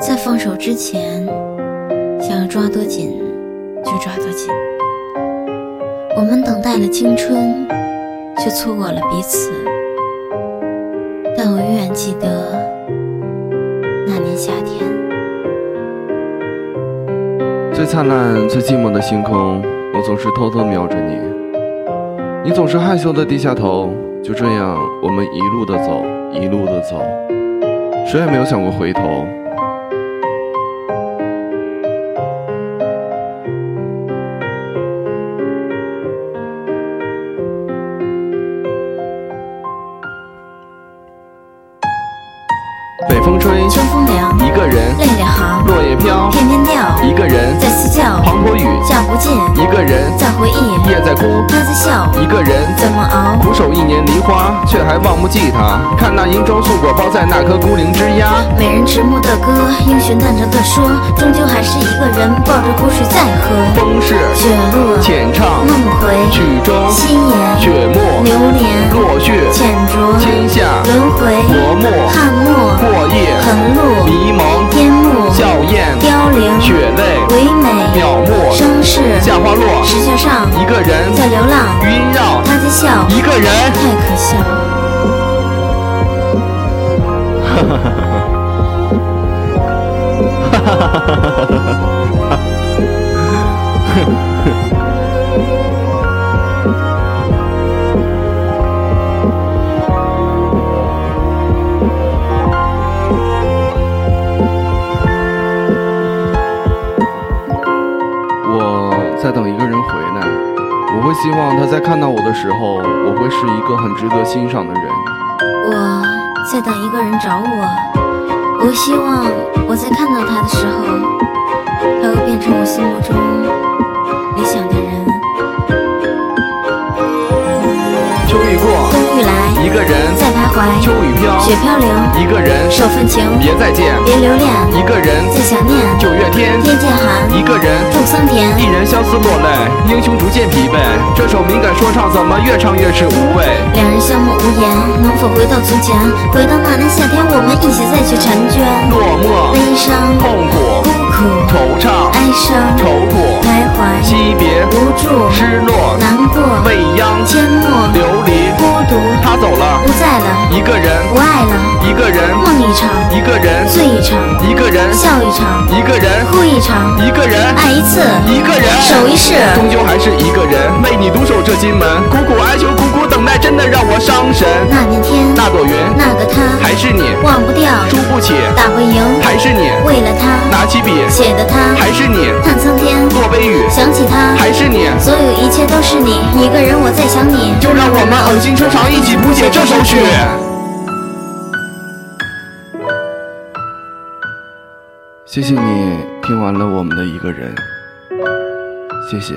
在放手之前，想要抓多紧就抓多紧。我们等待了青春，却错过了彼此。但我永远记得那年夏天。最灿烂、最寂寞的星空，我总是偷偷瞄着你，你总是害羞的低下头。就这样，我们一路的走，一路的走，谁也没有想过回头。北风吹，春风凉，一个人；泪两行，落叶飘，天天掉，一个人；在思教，滂沱雨，下不尽，一个人；在回忆，夜在哭，他在笑，一个人。怎么熬？苦守一年梨花，却还忘不记他。看那银装素裹包在那颗孤零之鸭。美人迟暮的歌，英雄淡淡的说，终究还是一个人抱着苦水在喝。风是雪落，浅唱，梦回，曲中夕颜，雪沫，流年，落絮，浅酌，天下轮回，磨墨，翰墨，过夜，横路，迷蒙，烟幕，笑靥，凋零，血泪，唯美，渺漠，声势，夏花落，石桥上，一个人，在流浪，晕绕，他在笑，一个人。太可笑了。我在等一个人回来，我会希望他在看到我的时候，我会是一个很值得欣赏的人。我在等一个人找我，我希望我在看到他的时候，他会变成我心目中理想的人。秋雨过，冬欲来，一个人；在徘徊，秋雨飘，雪飘零，一个人；手分情，别再见，别留恋，一个人；再想念，九月天，天渐寒，一个人；种桑田，一人相思落泪，英雄逐渐疲惫。这首敏感说唱怎么越唱越是无味？两人相默无言，能否回到从前？回到那年夏天，我们一起再去婵娟，落寞、悲伤、痛苦孤、苦、惆怅、哀伤、愁苦、徘徊、惜别、无助、失落、难过、未央、缄默。流离。孤独，他走了，不在了，一个人，不爱了，一个人。梦一场，一个人，醉一场，一个人，笑一场，一个人，哭一场，一个人，爱一次，一个人，手一世，终究还是一个人，为你独守这心门，苦苦哀求，苦苦等待，真的让我伤神。那年天，那朵云，那个他，还是你，忘不掉，输不起，打不赢，还是你，为了他，拿起笔，写的他，还是你，看苍天，落杯雨，想起他，还是你，所有一切都是你，一个人我在想你，就让我们呕心车肠，一起谱写这首曲。谢谢你听完了我们的一个人，谢谢。